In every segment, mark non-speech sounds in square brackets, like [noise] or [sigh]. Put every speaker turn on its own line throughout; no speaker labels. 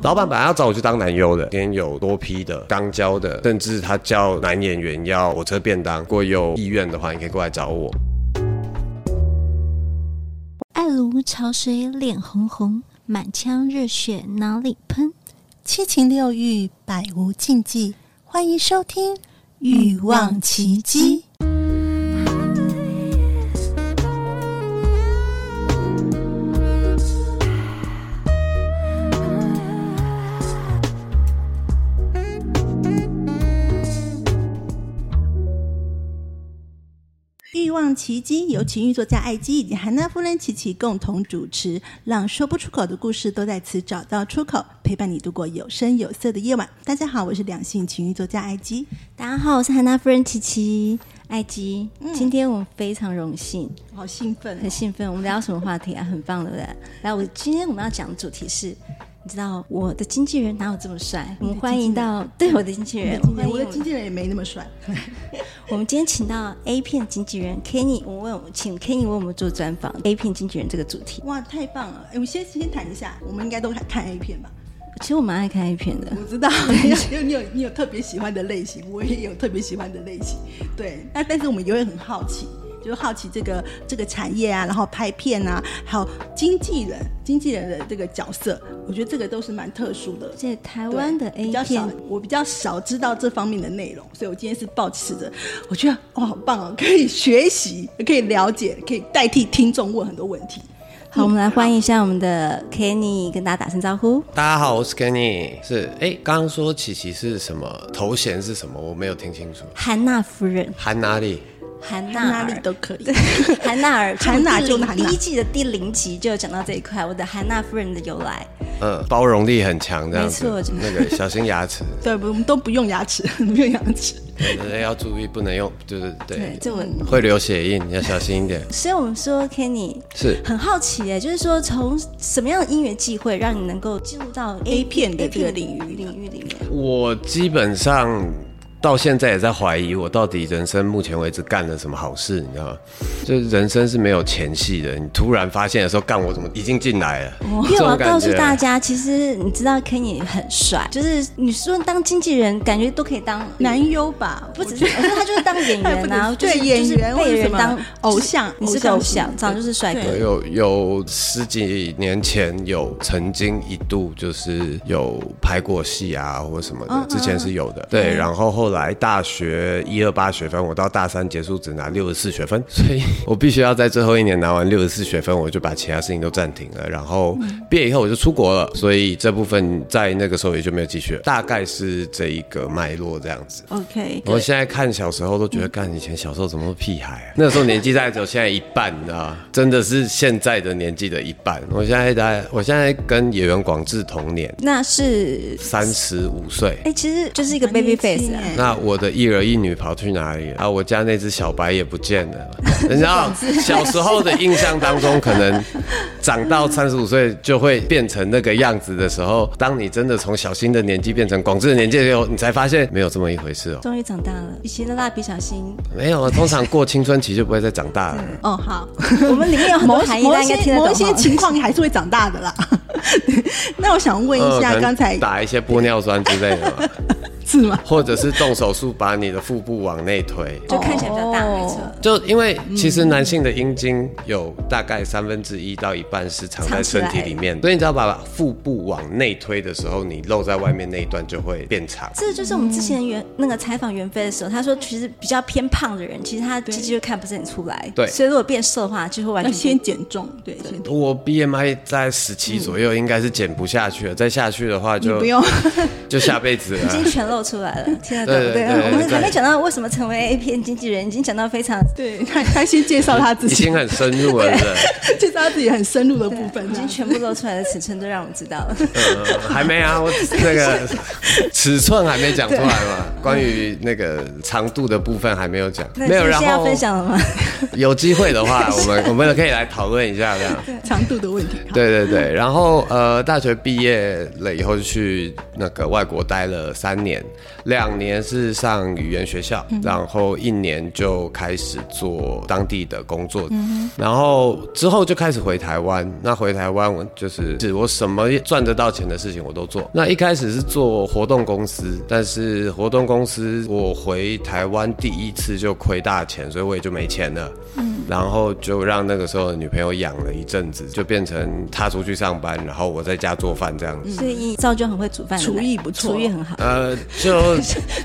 老板本来要找我去当男优的，今天有多批的、刚教的，甚至他叫男演员要火车便当。如果有意愿的话，你可以过来找我。
爱如潮水，脸红红，满腔热血哪里喷？
七情六欲，百无禁忌。欢迎收听《
欲望奇迹》。
欲望奇迹由情欲作家艾姬以及韩娜夫人琪琪共同主持，让说不出口的故事都在此找到出口，陪伴你度过有声有色的夜晚。大家好，我是两性情欲作家艾姬。
大家好，我是韩娜夫人琪琪艾姬。今天我们非常荣幸，
好兴奋啊
很兴奋。我们聊什么话题啊？很棒，对不对？来，我今天我们要讲的主题是，你知道我的经纪人哪有这么帅？我们欢迎到对我的经纪人，欢迎
哎我的
们
经纪人也没那么帅，
我们今天请到 A 片经纪人 Kenny，我为我们请 Kenny 为我们做专访 A 片经纪人这个主题。
哇，太棒了！哎，我们先先谈一下，我们应该都看 A 片吧？
其实我蛮爱看 A 片的
我，知
[laughs]
道， [laughs] 因为你有你有特别喜欢的类型，我也有特别喜欢的类型。对，那但是我们也会很好奇，就是好奇这个这个产业啊，然后拍片啊，还有经纪人经纪人的这个角色，我觉得这个都是蛮特殊的。
在台湾的
比
A
较少
片，，
我比较少知道这方面的内容，所以我今天是抱持着，我觉得哇，好棒哦，可以学习，可以了解，可以代替听众问很多问题。
好，我们来欢迎一下我们的 Kenny，跟大家打声招呼。
大家好，我是 Kenny。是，哎、刚刚说琪琪是什么头衔是什么？我没有听清楚。
韩娜夫人，
韩哪里？
韩娜
哪
尔
里都可以。 [laughs]
韩娜尔，
韩娜
就
就韩
第
娜
一季的第零集就有讲到这一块，我的韩娜夫人的由来。
嗯，包容力很强，这样子。
没错
那个小心牙
[laughs]
齿，
对，不，我们都不用牙齿， [laughs] 不用牙齿。嗯
对要注意，不能用，就是
对
对，，
这我，
会流血印，要小心一点。
所以我们说 Kenny
是，
很好奇耶，就是说从什么样的因缘际会，让你能够进入到
A 片的
A
这个
片
领域
领域里面？
我基本上到现在也在怀疑，我到底人生目前为止干了什么好事，你知道吗？就是人生是没有前戏的，你突然发现的时候，干我怎么已经进来了？
哦
哦因为我要告诉大
家，
家，其实你知道 Kenny 很帅，就是你说当经纪人，感觉都可以当
男优吧，
不只是，我说他就是当演
[laughs] 他也不
员
只
啊，
是
就是
对演员
就是
或
被
者什
人
么
当
偶像
你是个偶
偶像
像，长得就是帅哥。
对
有有十几年前有曾经一度就是有拍过戏啊或什么的，之前是有的。对，然后后来大学一二八学分，我到大三结束只拿六十四学分，所以我必须要在最后一年拿完六十四学分，我就把其他事情都暂停了。然后毕业以后我就出国了，所以这部分在那个时候也就没有继续了，大概是这一个脉络这样子。
OK，
我现在看小时候都觉得，干以前小时候怎么那么屁孩、啊？ [laughs] 那时候年纪大概只有现在一半，你知道吗？真的是现在的年纪的一半。我现在大概，我现在跟野原广志同年，
那是
三十五岁
哎、。其实就是一个
蛮年
baby
轻哎
face 啊
耶。
那我的一儿一女跑去哪里了？啊，我家那只小白也不见 [laughs] 了。你知道，小时候的印象当中，可能长到三十五岁就会变成那个样子的时候，当你真的从小新的年纪变成广志的年纪的时候，你才发现没有这么一回事哦。
终于长大了，以前的蜡笔小新，
没有啊，通常过青春期就不会再长大了。
哦， [laughs] 好，
我们里面有很多
某
含义，
某
大家应该
些
听得懂哈。
某一些情况你还是会长大的啦。 [laughs] 那我想问一
呃可
下，
能
刚才
打一些玻尿酸之类的嘛， [laughs]
是吗？
或者是动手术把你的腹部往内推。
[laughs] 就看起来比较大，
哦
没错。
就因为其实男性的阴茎有大概三分之一到一半是藏在身体里面，所以你只要把腹部往内推的时候，你露在外面那一段就会变长。
这就是我们之前袁那个采访袁飞的时候，他说其实比较偏胖的人，其实他肌肌就看不是很出来。
对
所以如果变瘦的话，就会完
要
全
呃先减重，嗯对，先
我 BMI 在十七左右，应该是减不下去了。再下去的话
嗯你
就
不用
就下辈
[laughs]
子
已经
了。
全露出来了，听得懂？
对对对
我
对
们还没讲到为什么成为 A 片经纪人，已经讲到非常
对他，他先介绍他自
已
己
经，很深入了，是不是？
[laughs] 介绍他自己很深入的部分
已。经全部露出来的尺寸都让我们知道了。
呃，还没啊，我那个尺寸还没讲出来嘛，关于那个长度的部分还没有讲，
那
没有。
你
然
现在要
后
分享了吗？ [laughs]
有机会的话，我们我们可以来讨论一下这样。
长度的问题，好
对对对，然后呃，大学毕业了以后就去那个外国待了三年，两年是上语言学校，
嗯
然后一年就开始做当地的工作，
嗯
然后之后就开始回台湾。那回台湾我就是是我什么赚得到钱的事情我都做。那一开始是做活动公司，但是活动公司我回台湾第一次就亏大钱，所以我也就没钱了。然后就让那个时候的女朋友养了一阵子，就变成她出去上班，然后我在家做饭这样子。
所以你造就很会煮饭的人，
厨艺不错
厨艺很好，
呃，就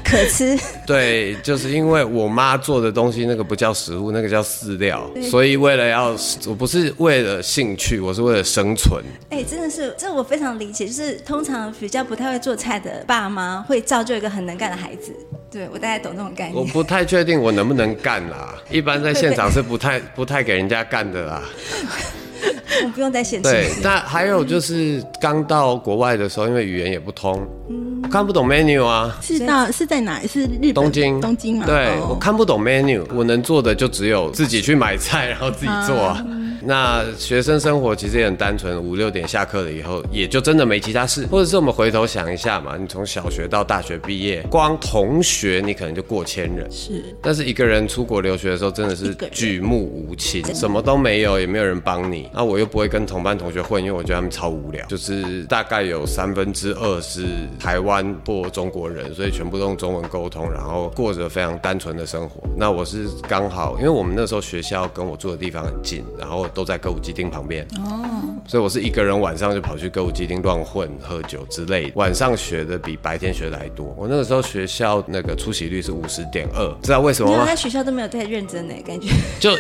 可吃。
对，就是因为我妈做的东西，那个不叫食物，那个叫饲料，所以为了要，我不是为了兴趣，我是为了生存。
哎、真的是，这我非常理解。就是通常比较不太会做菜的爸妈，会造就一个很能干的孩子。对我大概懂这种概
[laughs] 我
念。
不太确定我能不能干啦，一般在现场是不太 [laughs] 不太给人家干的啦。
我不用在现
对
实，，
那还有就是刚到国外的时候，因为语言也不通，看不懂 menu 啊。
是到是在哪？是嗯日本
东京，
东京嘛？
对、
哦
我看不懂 menu，我能做的就只有自己去买菜，然后自己做啊。那学生生活其实也很单纯，五六点下课了以后，也就真的没其他事。或者是我们回头想一下嘛，你从小学到大学毕业，光同学你可能就过千人，
是
但是一个人出国留学的时候，真的是
一个人
举目无亲，什么都没有，也没有人帮你。那我又不会跟同班同学混，因为我觉得他们超无聊。就是大概有三分之二是台湾或中国人，所以全部都用中文沟通，然后过着非常单纯的生活。那我是刚好，因为我们那时候学校跟我住的地方很近，然后都在歌舞伎町旁边。
哦
所以我是一个人晚上就跑去歌舞伎町乱混、喝酒之类的。晚上学的比白天学的还多。我那个时候学校那个出席率是五十点二，知道为什么
因为我
吗
在？学校都没有太认真的欸感觉，
就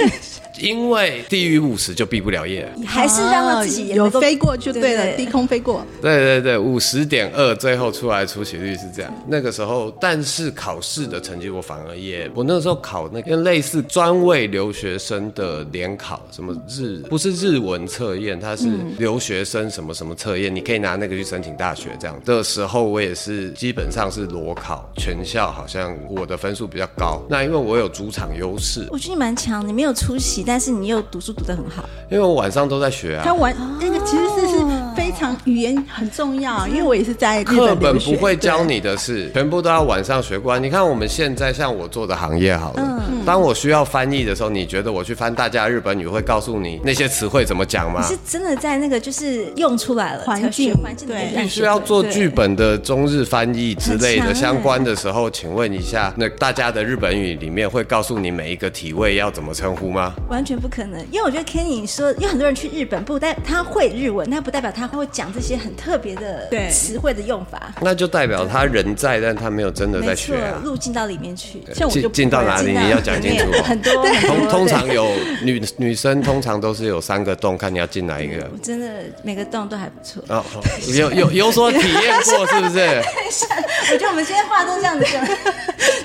[laughs] 因为低于五十就毕不了业。
还是让他自己也
哦有
能够
飞过就对了，
对对
低空飞过。
对对对，五十点二最后出来出席率是这样。那个时候，但是考试的成绩我反而也，我那时候考那个类似专为留学生的联考，什么日不是日文测验，它是留学生什么什么测验，你可以拿那个去申请大学这样。的时候我也是基本上是裸考，全校好像我的分数比较高。那因为我有主场优势，
我觉得你蛮强，你没有出息，但是你又读书读得很好。
因为我晚上都在学啊。
他玩那个其实是是非常语言很重要，因为我啊也是在日本
课本
留学
不会教你的事，全部都要晚上学过啊来。你看我们现在像我做的行业好了，当我需要翻译的时候，你觉得我去翻大家日本语会告诉你那些词汇怎么讲吗
你？是真的在那个就是用出来了，
环
才
境
学环境的
对
感觉
必须要做剧。本的中日翻译之类
很
的
强
相关的时候，请问一下，那大家的日本语里面会告诉你每一个体位要怎么称呼吗？
对完全不可能，因为我觉得 Kenny 说，因为很多人去日本不代他会日文，但不代表他会讲这些很特别的
对
词汇的用法。
那就代表他人在，但他没有真的在
没
学
错
啊，。
入境到里面去。
像我就
进
不
进到哪里
进到
你要讲清楚
里面
哦。
[laughs] 很多很多
通通常
对
有女女生通常都是有三个洞，看你要进哪一个。
我真的每个洞都还不错。 [laughs]
哦，哦有有有所体验过，是不是？
我觉得我们今天话都这样子讲，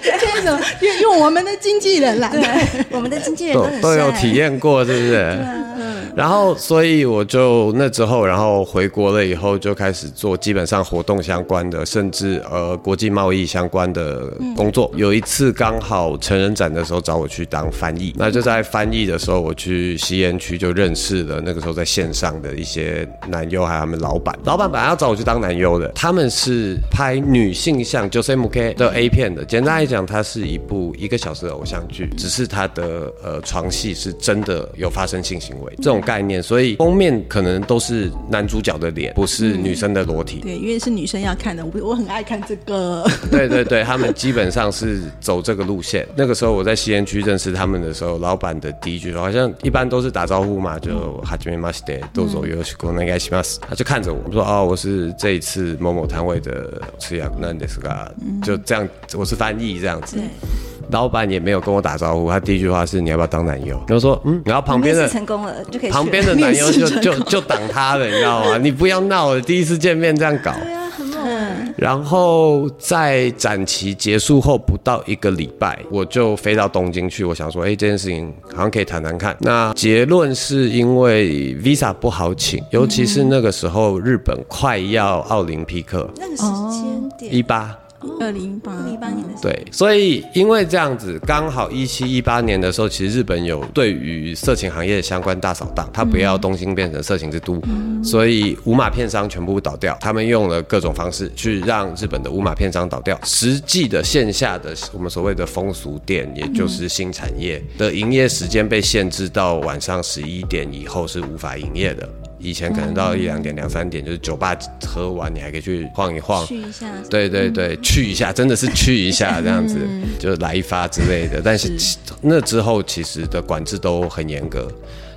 这种 [laughs] 用用我们的经纪人来
[laughs]
的。
对，我们的经纪人都
都
很
都有
帅啊
体。验过，是不是？然后，所以我就那之后，然后回国了以后，就开始做基本上活动相关的，甚至呃国际贸易相关的工作。
嗯
有一次刚好成人展的时候找我去当翻译，那就在翻译的时候，我去西烟区就认识了那个时候在线上的一些男优，还有他们老板。老板本来要找我去当男优的，他们是拍女性向 j o s e m K 的 A 片的。简单来讲，它是一部一个小时的偶像剧，只是它的呃床戏是真的有发生性行为这种概念，所以封面可能都是男主角的脸，不是女生的裸体。
对，因为是女生要看的，我我很爱看这个。
[laughs] 对对对，他们基本上是走这个路线。那个时候我在西安区认识他们的时候，老板的第一句话好像一般都是打招呼嘛，就哈吉米马西德
嗯
多走有西国那该西马斯，他就看着我，我说哦，我是这一次某某摊位的吃雅那德斯嘎，
嗯
就这样，我是翻译这样子。老板也没有跟我打招呼，他第一句话是你要不要当男友？然后说嗯，然后旁边
面
的
试成功了就可以去
旁边
[laughs]
的
了
男友
[laughs] 面试
就
成
就就挡他了，你知道吗？你不要闹了，第一次见面这样搞。
对啊，很猛。
然后在展期结束后不到一个礼拜，我就飞到东京去。我想说，哎，这件事情好像可以谈谈看。那结论是因为 visa 不好请，尤其是那个时候日本快要奥林匹克，
那个时间点
一八
二零一八
哦一八年的时候，
哦对，所以因为这样子，刚好一七一八年的时候，其实日本有对于色情行业相关大扫荡，它不要东京变成色情之都，所以无码片商全部倒掉，他们用了各种方式去让日本的无码片商倒掉。实际的线下的我们所谓的风俗店，也就是新产业的营业时间被限制到晚上十一点以后是无法营业的。以前可能到一两点、两三点，就是酒吧喝完，你还可以去晃一晃，
去一下，
对对对，去一下，真的是去一下这样子，就来一发之类的。但是其那之后其实的管制都很严格。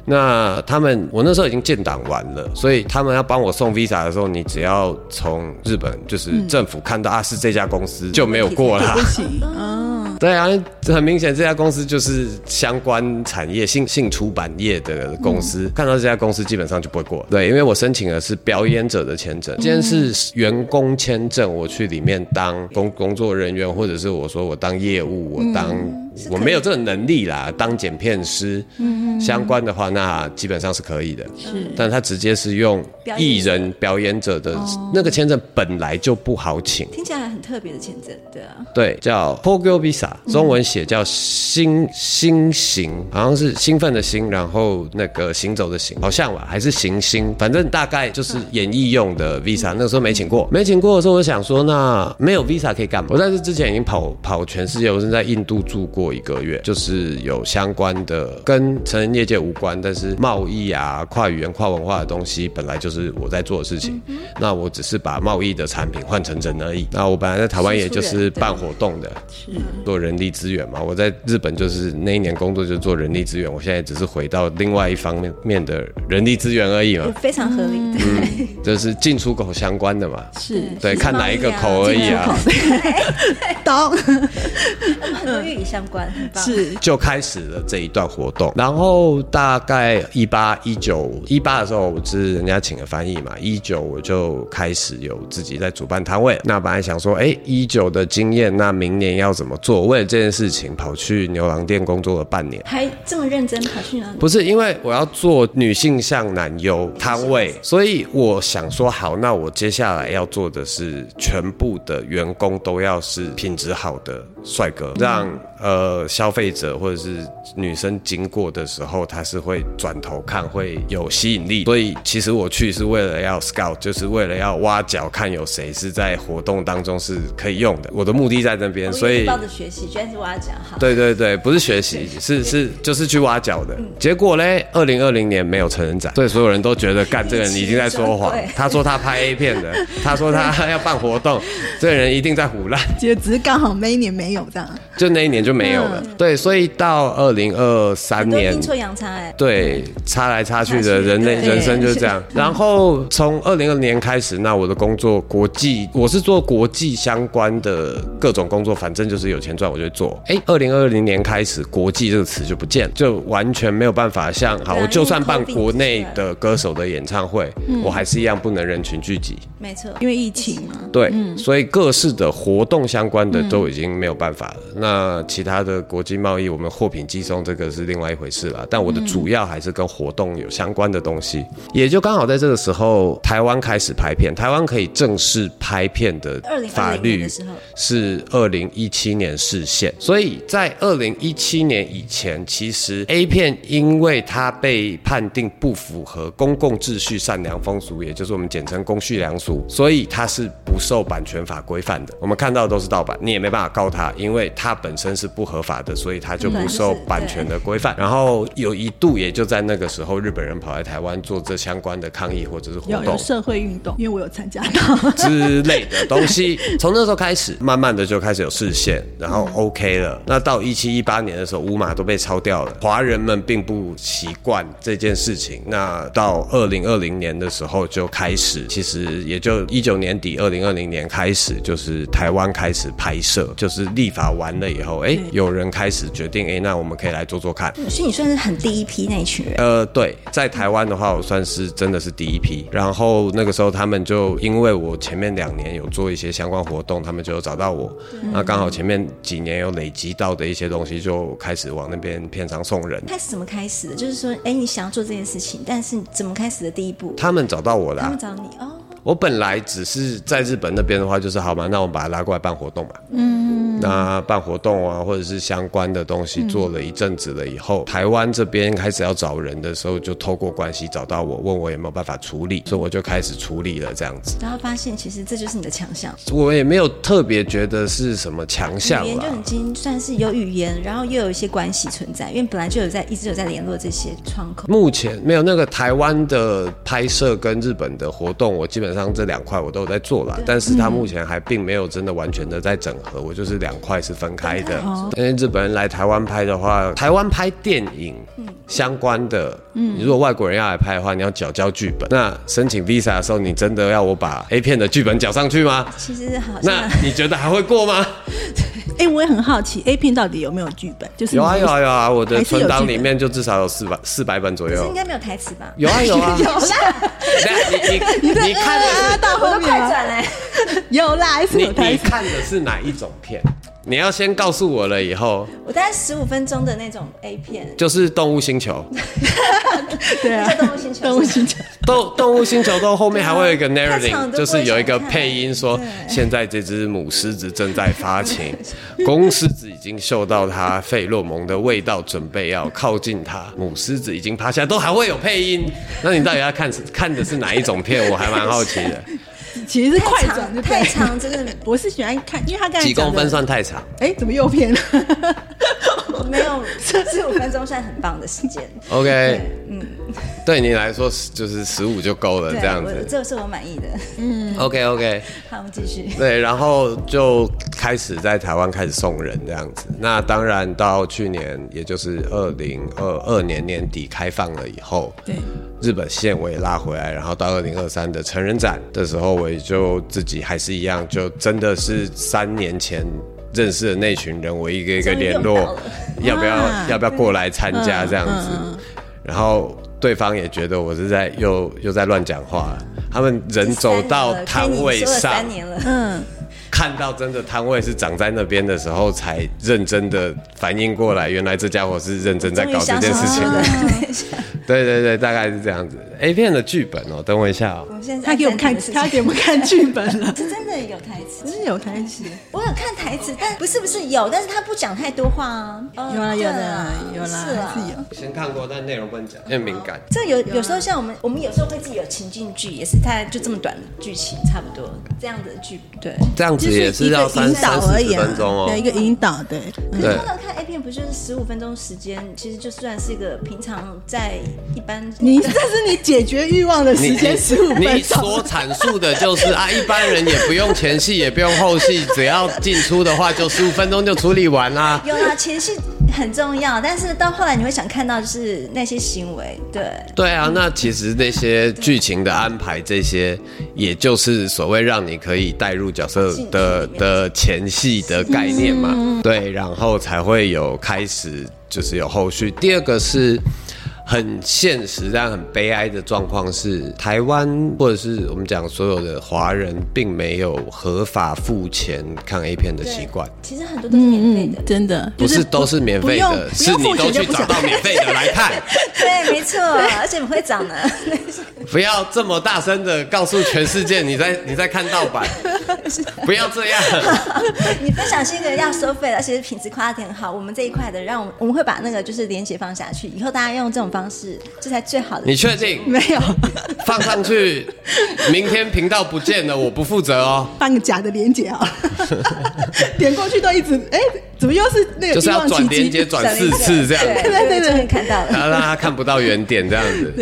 那他们，我那时候已经建档完了，所以他们要帮我送 visa 的时候，你只要从日本就是政府看到、啊是这家公司就没有过啦
不。行
嗯
啊，
对啊，很明显这家公司就是相关产业性性出版业的公
嗯
司，看到这家公司基本上就不会过。对，因为我申请的是表演者的签证，今天是员工签证，我去里面当工工作人员，或者是我说我当业务，我当、
嗯
我没有这个能力啦，当剪片师，
嗯
相关的话那基本上是可以的。
是
但他直接是用
表演哦
艺人表演者的那个签证本来就不好请。
听起来很特别的签证，对啊，
对，叫 Pogyo Visa，中文写叫新新行，好像是兴奋的兴，然后那个行走的行，好像吧，还是行星，反正大概就是演艺用的 Visa。那个时候没请过，没请过的时候，我想说，那没有 Visa 可以干嘛？我在这之前已经跑跑全世界，我是在印度住过一个月，就是有相关的跟成人业界无关，但是贸易啊、跨语言、跨文化的东西，本来就是我在做的事情。那我只是把贸易的产品换成人而已。那我本来在台湾也就是办活动的，做人力资源嘛。我在日本就是那一年工作就是做人力资源，我现在只是回到另外一方面面的人力资源而已嘛
也，非常合理，对，
就是进出口相关的嘛。
是啊
对，
是
看哪一个口而已啊，
[laughs]
懂
很多粤语相关，很棒，
是
就开始了这一段活动。然后大概一八一九一八的时候，我是人家请了翻译嘛，一九我就开始有自己在主办摊位。那本来想说，哎，一九的经验，那明年要怎么做？为了这件事情，跑去牛郎店工作了半年。
还这么认真跑去哪里？
不是因为我要做女性向男优摊位，所以我想说好，那我接下来要做的是全部的员工都要是品质好的帅哥，让呃消费者或者是女生经过的时候，她是会转头看，会有吸引力。所以其实我去是为了要 scout，就是为了要挖角，看有谁是在活动当中是可以用的。我的目的在那边，所
我一
以
直抱着学习，居然是挖讲好，
对对对，不是学习，是是就是去挖角的。结果嘞，二零二零年没有成人展，所以所有人都觉得干这个人已 [laughs] 经在说谎
对。
他说他拍 A 片 [laughs] 的，他说他要办活动，这个人一定在胡乱。
就只是刚好那一年没有这样，
就那一年就没有了。对，所以到二零二三
很多
年
阴。错阳差哎，
对，插来插去的
插去
人类
对
人生就是这
[laughs]
样。然后从二零二零年开始，那我的工作国际，我是做国际相关的各种工作，反正就是有钱赚我就做。哎，二零二零年开始，国际这个词就不见，就完全没有办法像好，
对啊
我就算办
因为 COVID
国内的歌手的演唱会，
嗯
我还是一样不能人群聚集。
没错，
因为疫情嘛，
对，
嗯
所以各式的活动相关的都已经没有办法了。那其他的国际贸易，我们货品寄送这个是另外一回事了。但我
嗯
的主要还是跟活动有相关的东西，也就刚好在这个时候，台湾开始拍片，台湾可以正式拍片的
2020
法
年
律
的时候
是二零一七年视线，所以在二零一七年以前，其实 A 片因为它被判定不符合公共秩序、善良风俗，也就是我们简称公序良俗，所以它是不受版权法规范的。我们看到的都是盗版，你也没办法告它，因为它本身是不合法的，所以它就不受版权的规范。然后有一度也就在那个时候，日本人跑来台湾做这相关的抗议或者是活
有
动
有。社会运动，因为我有参加到， [laughs]
[laughs] 之类的东西。从那时候开始，慢慢的就开始有视线，然后 OK 了。那到一七一八年的时候，乌马都被抄掉了，华人们并不习惯这件事情。那到二零二零年的时候就开始，其实也就一九年底，二零二零年开始，就是台湾开始拍摄，就是立法完了以后，哎、有人开始决定，哎、那我们可以来做做看。
所以你算是很第一批那一群人，
呃，对，在台湾的话，我算是真的是第一批。然后那个时候，他们就因为我前面两年有做一些相关活动，他们就有找到我。那刚好前面几年有累积到的一些东西，就开始往那边片场送人。
开始怎么开始的？就是说，哎，你想要做这件事情，但是你怎么开始的第一步？
他们找到我啦、
他们找你哦，
我本来只是在日本那边的话，就是好嘛，那我们把他拉过来办活动嘛。嗯，那办活动啊，或者是相关的东西做了一阵子了以后，台湾这边开始要找人的时候，就透过关系找到我，问我有没有办法处理，所以我就开始处理了这样子。
然后发现其实这就是你的强项，
我也没有特别觉得是什么强项
语言
啦
就已经算是有语言，然后又有一些关系存在，因为本来就有在一直有在联络这些窗口。
目前没有那个台湾的拍摄跟日本的活动，我基本上这两块我都有在做啦，但是它目前还并没有真的完全的在整合，我就是两块是分开的。因为日本人来台湾拍的话，台湾拍电影相关的，嗯，你如果外国人要来拍的话，你要缴交剧本。那申请 visa 的时候，你真的要我把 A 片的剧本缴上去吗？
其实好
那
啊
像
你觉得还会过
[laughs]
吗？
哎，我也很好奇，A 片到底有没有剧本？就是
有啊有啊有啊，我的
还是有
存档
剧本
里面就至少有四百四百本左
这
右
应。该没有台词吧？
有啊有啊，
[laughs] 有啦，
等一下你你你看的是
啊到
我
后
都
面
快
啊
转嘞，
有
[laughs]
啦，还是
你
有台
你
词。
看的是哪一种片？你要先告诉我了，以后
我大概十五分钟的那种 A 片，
就是《动物星球 [laughs]
对啊
那，叫动物星球
动物星球，》。
动动物星球都后面还会有一
[laughs]
个
对啊太
narrating，
长都不会
就是有一个
想看
配音说，现在这只母狮子正在发
[laughs]
情，公狮子已经嗅到它费洛蒙的味道，准备要靠近它，母狮子已经趴下，都还会有配音。那你到底要看看的是哪一种片？我还蛮好奇
[laughs]
的。
其实是快
太
转就
长
对
太
了。
长，真的
我是喜欢看，因为他
哎
刚才
几
讲
公
的
分？算太长？
哎，怎么又偏了？ [laughs]
没有十五分钟算很棒的时间。
OK，嗯，对你来说就是十五就够了，[laughs]
对
这样
我
子。
这是我满意的。
OK OK，
好，我们继续。
对，然后就开始在台湾开始送人这样子。那当然到去年，也就是二零二二年年底开放了以后，
对，
日本线我也拉回来，然后到二零二三的成人展的时候，我也就自己还是一样，就真的是三年前。认识的那群人，我一个一个
终于
联
用到
络
了，啊嗯
要
[laughs]
不要、
哇
要不要过来参加这样子？然后对方也觉得我是在又又在乱讲话，他们人走到摊位
说了
上，
三年了，
嗯，
看到真的摊位是长在那边的时候，才认真的反应过来，原来这家伙是认真在
终于
搞这
相
件
信
事情的。。
了等一下
[laughs] 对对对，大概是这样子。A 片的剧本哦，等我一下哦
[laughs] 我。们现在
[laughs] 他给我们看，他给我们看剧本了，
是真的有台词，
真的有台词。
我有看台词，但不是不是有，但是他不讲太多话啊。嗯
有啦有
对
啦有啦，
是
还
啊
是。有。
先看过，但内容不能讲，很敏感。
这有啊有时候像我们，我们有时候会自己有情境剧，也是它就这么短的剧情，差不多这样的剧，对。
这样子也是要
一个
三
引
三
导
四
而
十
已啊
分钟，
对，一
哦。
个引导，对，
可
对
是通常看 A 片不就是十五分钟时间，其实就算是一个平常在一般
你 [laughs] 这是你解决欲望的时间十五
你
分
所
钟。
阐述的就是啊，一般人也不用前戏，也不用后戏，只要进出的话，就十五分钟就处理完啦。
[laughs] 有啦，前戏很重要，但是到后来你会想看到就是那些行为，对。
对啊，那其实那些剧情的安排，这些也就是所谓让你可以带入角色的
进去
的前戏的概念
嗯
嘛。对，然后才会有开始，就是有后续。第二个是。很现实但很悲哀的状况是，台湾或者是我们讲所有的华人，并没有合法付钱看 A 片的习惯。
其实很多都是免费的，
嗯真的
不是都是免费的，
不
是
用不
你
用付
都
钱就
去
不
找
想
到免费的来看。
对，没错，而且很会长呢。 [laughs]
不要这么大声的告诉全世界你在你在看盗版，不要这样。
你分享是一个要收费的，而且是品质夸得很好。我们这一块的，让我们我们会把那个就是连接放下去，以后大家用这种方式，这才最好的。
你确定
没有
放上去，明天频道不见了，我不负责哦。
放个假的连接
[laughs]
啊，点过去都一直哎，怎么又是那
呃
个
就是
欲
要
望
转
奇
连接
迹？
转四次这样
对
子。
对对，终于看到了。
然后让他看不到原点这样子。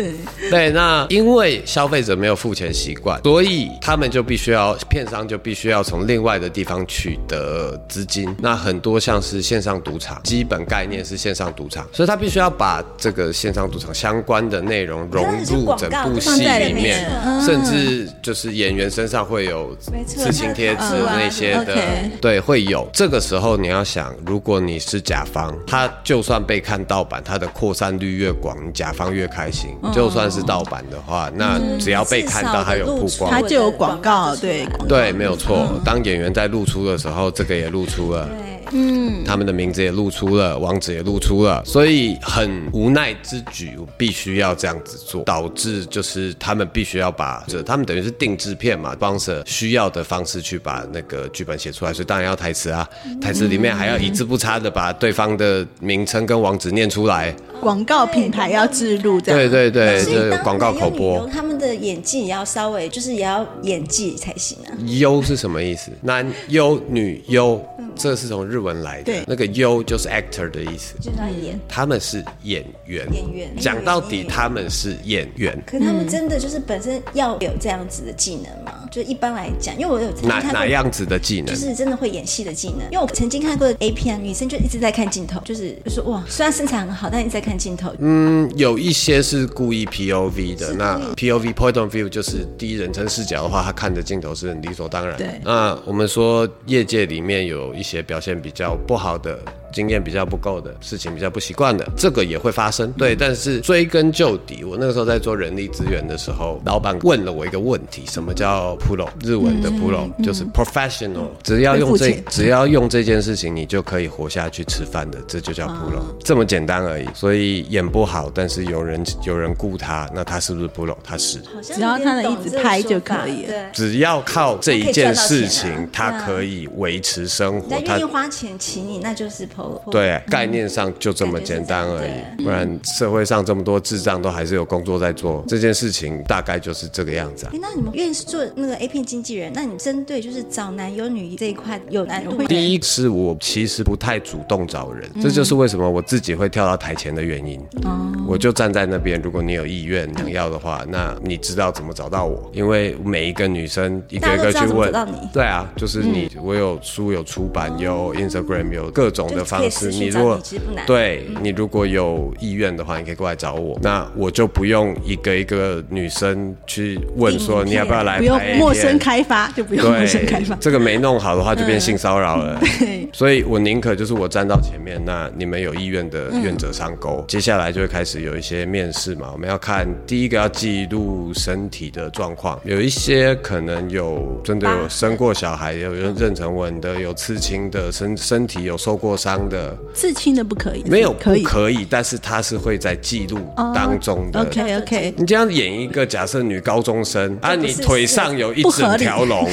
对那因为消费者没有付钱习惯，所以他们就必须要片商就必须要从另外的地方取得资金。那很多像是线上赌场，基本概念是线上赌场，所以他必须要把这个线上赌场相关的内容融入整部戏里面，甚至就是演员身上会有
没错
刺青贴纸那些
嗯
的。
，OK
对，会有。这个时候你要想，如果你是甲方，他就算被看盗版，他的扩散率越广，甲方越开心。就算是盗版的话，那只要被看到，他有曝
嗯至少的
光
露出
他。就有广告对
对，没有错。当演员在露出的时候，这个也露出了。
对，
嗯，他们的名字也露出了，网址也露出了，所以很无奈之举，我必须要这样子做，导致就是他们必须要把这，他们等于是定制片嘛，sponsor 需要的方式去把那个剧本写出来，所以当然要台词啊，台词里面还要一字不差的把对方的名称跟网址念出来，
广告品牌要置入这样。
对对对，
所以
这个
当
广告口
男优
播
女优。他们的演技也要稍微，就是也要演技才行啊。
优是什么意思？男优、女优，这是从日文来的
对。
那个优就是 actor 的意思，
就是要
嗯
演。
他们是演员。
演员
讲到底，他们是演员。
可他们真的就是本身要有这样子的技能吗？就一般来讲，因为我有曾经
哪
看过
哪样子的技能
就？是真的会演戏的技能。因为我曾经看过 A 片，女生就一直在看镜头，就是就说哇，虽然身材很好，但一直在看镜头。嗯，
有一些是故意 POV 的，那 POV point of view 就是第一人称视角的话，他看着镜头是很理所当然的
对。
那我们说业界里面有一些表现比较不好的。经验比较不够的事情，比较不习惯的，这个也会发生。对，但是追根究底，我那个时候在做人力资源的时候，老板问了我一个问题：什么叫 pro？日文的 pro、就是 professional，、只要用
会
这
付钱
只要用这件事情，你就可以活下去吃饭的，这就叫 pro，、这
哦
么简单而已。所以演不好，但是有人有人雇他，那他是不是 pro？他是。
好像
只要
有点
他能
懂
一直
这个
拍
说
就
法
可以了
对，
只要靠这一件事情，
他
他
可以
可以
赚到钱啊
维持生活，
人家
他
愿意嗯花钱请你，那就是 PO。
对概念上就这么简单而已。不然社会上这么多智障都还是有工作在做，这件事情大概就是这个样子啊
哎。那你们愿意做那个 A 片经纪人？那你针对就是找男优女这一块有难度吗？
第一是我其实不太主动找人，这
嗯
就是为什么我自己会跳到台前的原因。
哦
我就站在那边，如果你有意愿想要的话，那你知道怎么找到我，因为每一个女生一个一个去问
大家都知道怎么找到你。嗯哦
对啊，就是你，我有书有出版，有 Instagram，有各种的方式。
就可以私讯
如
找
果
你其实不难嗯
对你如果有意愿的话，你可以过来找我，那我就不用一个一个女生去问说
定
你要不要来
不用
拍 A
陌
片
生开发，就不用陌生开发
对，。这个没弄好的话就变性骚扰了。
[laughs] 对
所以我宁可就是我站到前面，那你们有意愿的愿者上钩。接下来就会开始有一些面试嘛，我们要看第一个要记录身体的状况，有一些可能有真的有生过小孩，有有妊娠纹的，有刺青的，身身体有受过伤的，
刺青的不可以，
没有
可
不
以。哦
可以，但是它是会在记录当中的。
OK OK，
你这样演一个假设女高中生啊，
不
你
是
腿上有一整条龙，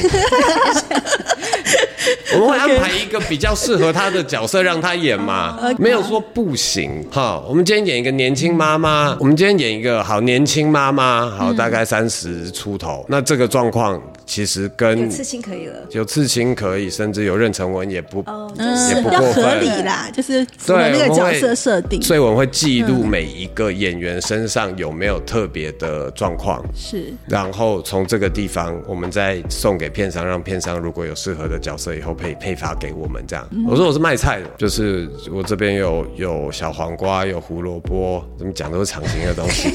我们会安排一个比较适合她的角色让她演嘛，没有说不行哈。我们今天演一个年轻妈妈，我们今天演一个好年轻妈妈，好大概三十出头，那这个状况其实
有
跟
刺青可以了。
有刺青可以，甚至有妊娠纹也不
哦，就
嗯
是
也不
要
过
合
分
理啦，就是符合
对，
那个
我们
角
会
色设定。
所以我们会记录每一个演员身上有没有特别的状况。
是
然后从这个地方，我们再送给片商，让片商如果有适合的角色，以后配配发给我们这样。
嗯
我说我是卖菜的，就是我这边有有小黄瓜，有胡萝卜，怎么讲都是长形的东西。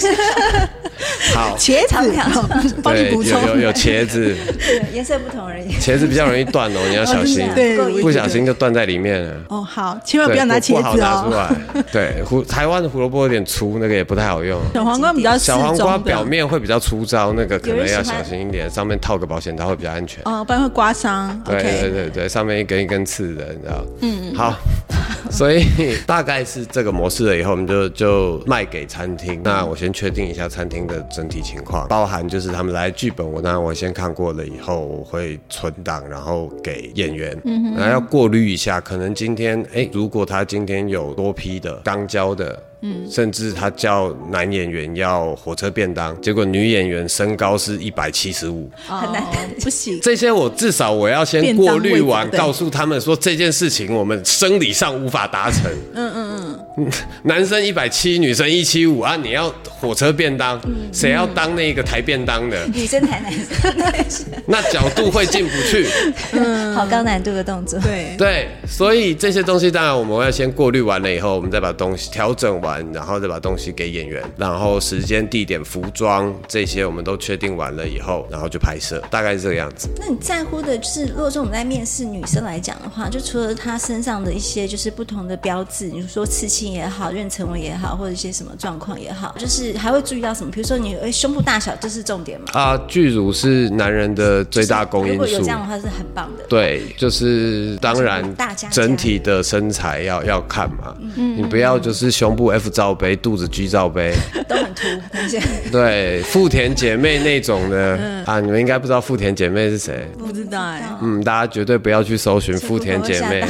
好，
[laughs] 茄
长条
子， [laughs] 哦帮你
对，有
补充。
有有茄子，
对颜色不同而已。
茄子比较容易断哦，你要小心
[laughs] 哦，真的
对，我也
不
觉
小
得
心就断在里面了。
[laughs] 哦，好，千万
对
啊不要拿茄
不好
子
拿出
哦。
来。
[laughs]
对，胡台湾的胡萝卜有点粗，那个也不太好用。
小黄瓜比较适
小黄
中
瓜
的，
表面会比较粗糙，那个可
有
能
人
要
喜欢
小心一点，上面套个保险套会比较安全。
哦，不然会刮伤。
对
OK
对对对，上面一根一根刺的，你知道？嗯，好，所以大概是这个模式了以后，我们就就卖给餐厅。那我先确定一下餐厅的整体情况，包含就是他们来剧本，我当然我先看过了以后，我会存档，然后给演员，嗯、然后要过滤一下，可能今天哎，如果他今天有多批的刚交的。嗯，甚至他叫男演员要火车便当，结果女演员身高是一百七十五，
很难
哦 [laughs] 不行。
这些我至少我要先
便当
过滤
位
完，
置对
告诉他们说这件事情我们生理上无法达成。嗯嗯嗯， [laughs] 男生一百七，女生一七五啊，你要火车便当，谁要当那个抬便当的？[laughs]
[laughs] 女生 [laughs] 谈男生男生，
那角度会进不去。嗯
好高难度的动作。
对，
对，所以这些东西当然我们要先过滤完了以后，我们再把东西调整完，然后再把东西给演员，然后时间、地点、服装这些我们都确定完了以后，然后就拍摄，大概是这个样子。
那你在乎的就是，如果说我们在面试女生来讲的话，就除了她身上的一些就是不同的标志，你说刺青性也好、妊娠纹也好，或者一些什么状况也好，就是还会注意到什么？比如说你诶胸部大小，这是重点嘛？
啊，巨乳是男人的最大公因
如果有
数
这。样的话，是很棒的。
对，就是当然
大家，嗯
整体的身材要要看嘛，你不要就是胸部 F 罩杯，肚子 G 罩
[laughs]
杯，
都很凸，很
[laughs]
显
对，富田姐妹那种的
嗯
啊，你们应该不知道富田姐妹是谁，
不知道哎、
[laughs]
嗯，大家绝对不要去搜寻富田姐
[laughs]
妹，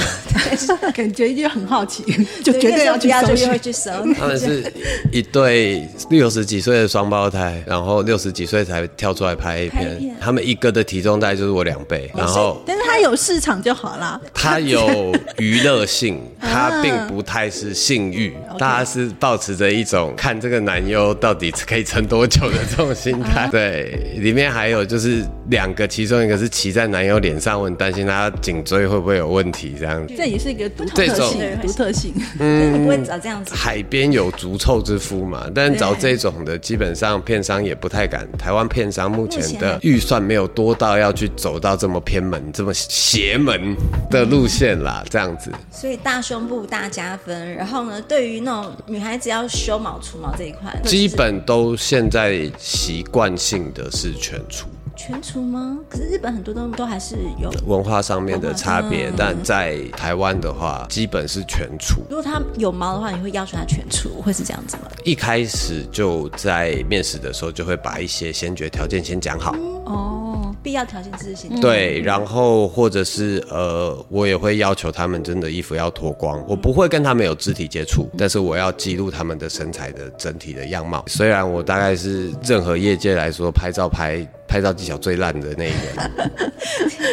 感觉就很好奇，就
对
绝对要去
那时候不就
搜寻
会。去
[laughs]
搜。
他们是一对六十几岁的双胞胎，然后六十几岁才跳出来拍 A
拍 A
片
片，哦
他们一个的体重大概就是我两倍，然后
但是它有市场就好啦。
它有娱乐
[laughs]
性，
啊
它并不太是性欲，大家是保持着一种看这个男优到底可以撑多久的这种心
啊
态。对，里面还有就是两个，其中一个是骑在男友脸上，我很担心他颈椎会不会有问题这样子。
这也是一个独
这
特
种
性，独特性。
嗯，不会找这样子。
海边有足臭之夫嘛，但找这种的，基本上片商也不太敢。台湾片商目前
目前
的
还
预算没有多到要去走到这么偏门、这么邪门的路线啦，这样子。
所以大胸部大加分。然后呢，对于那种女孩子要修毛除毛这一块，
基
就是
本都现在习惯性的是全除，
全除吗？可是日本很多都都还是有。
文化上面的差别
嗯，
但在台湾的话，基本是全除。
如果她有毛的话，你会要求她全除，会是这样子吗？
一开始就在面试的时候，就会把一些先决条件先讲好。
哦，必要条件之前。
对，然后或者是呃，我也会要求他们真的衣服要脱光，我不会跟他们有肢体接触，
嗯
但是我要记录他们的身材的整体的样貌。虽然我大概是任何业界来说拍照拍拍照技巧最烂的那一个，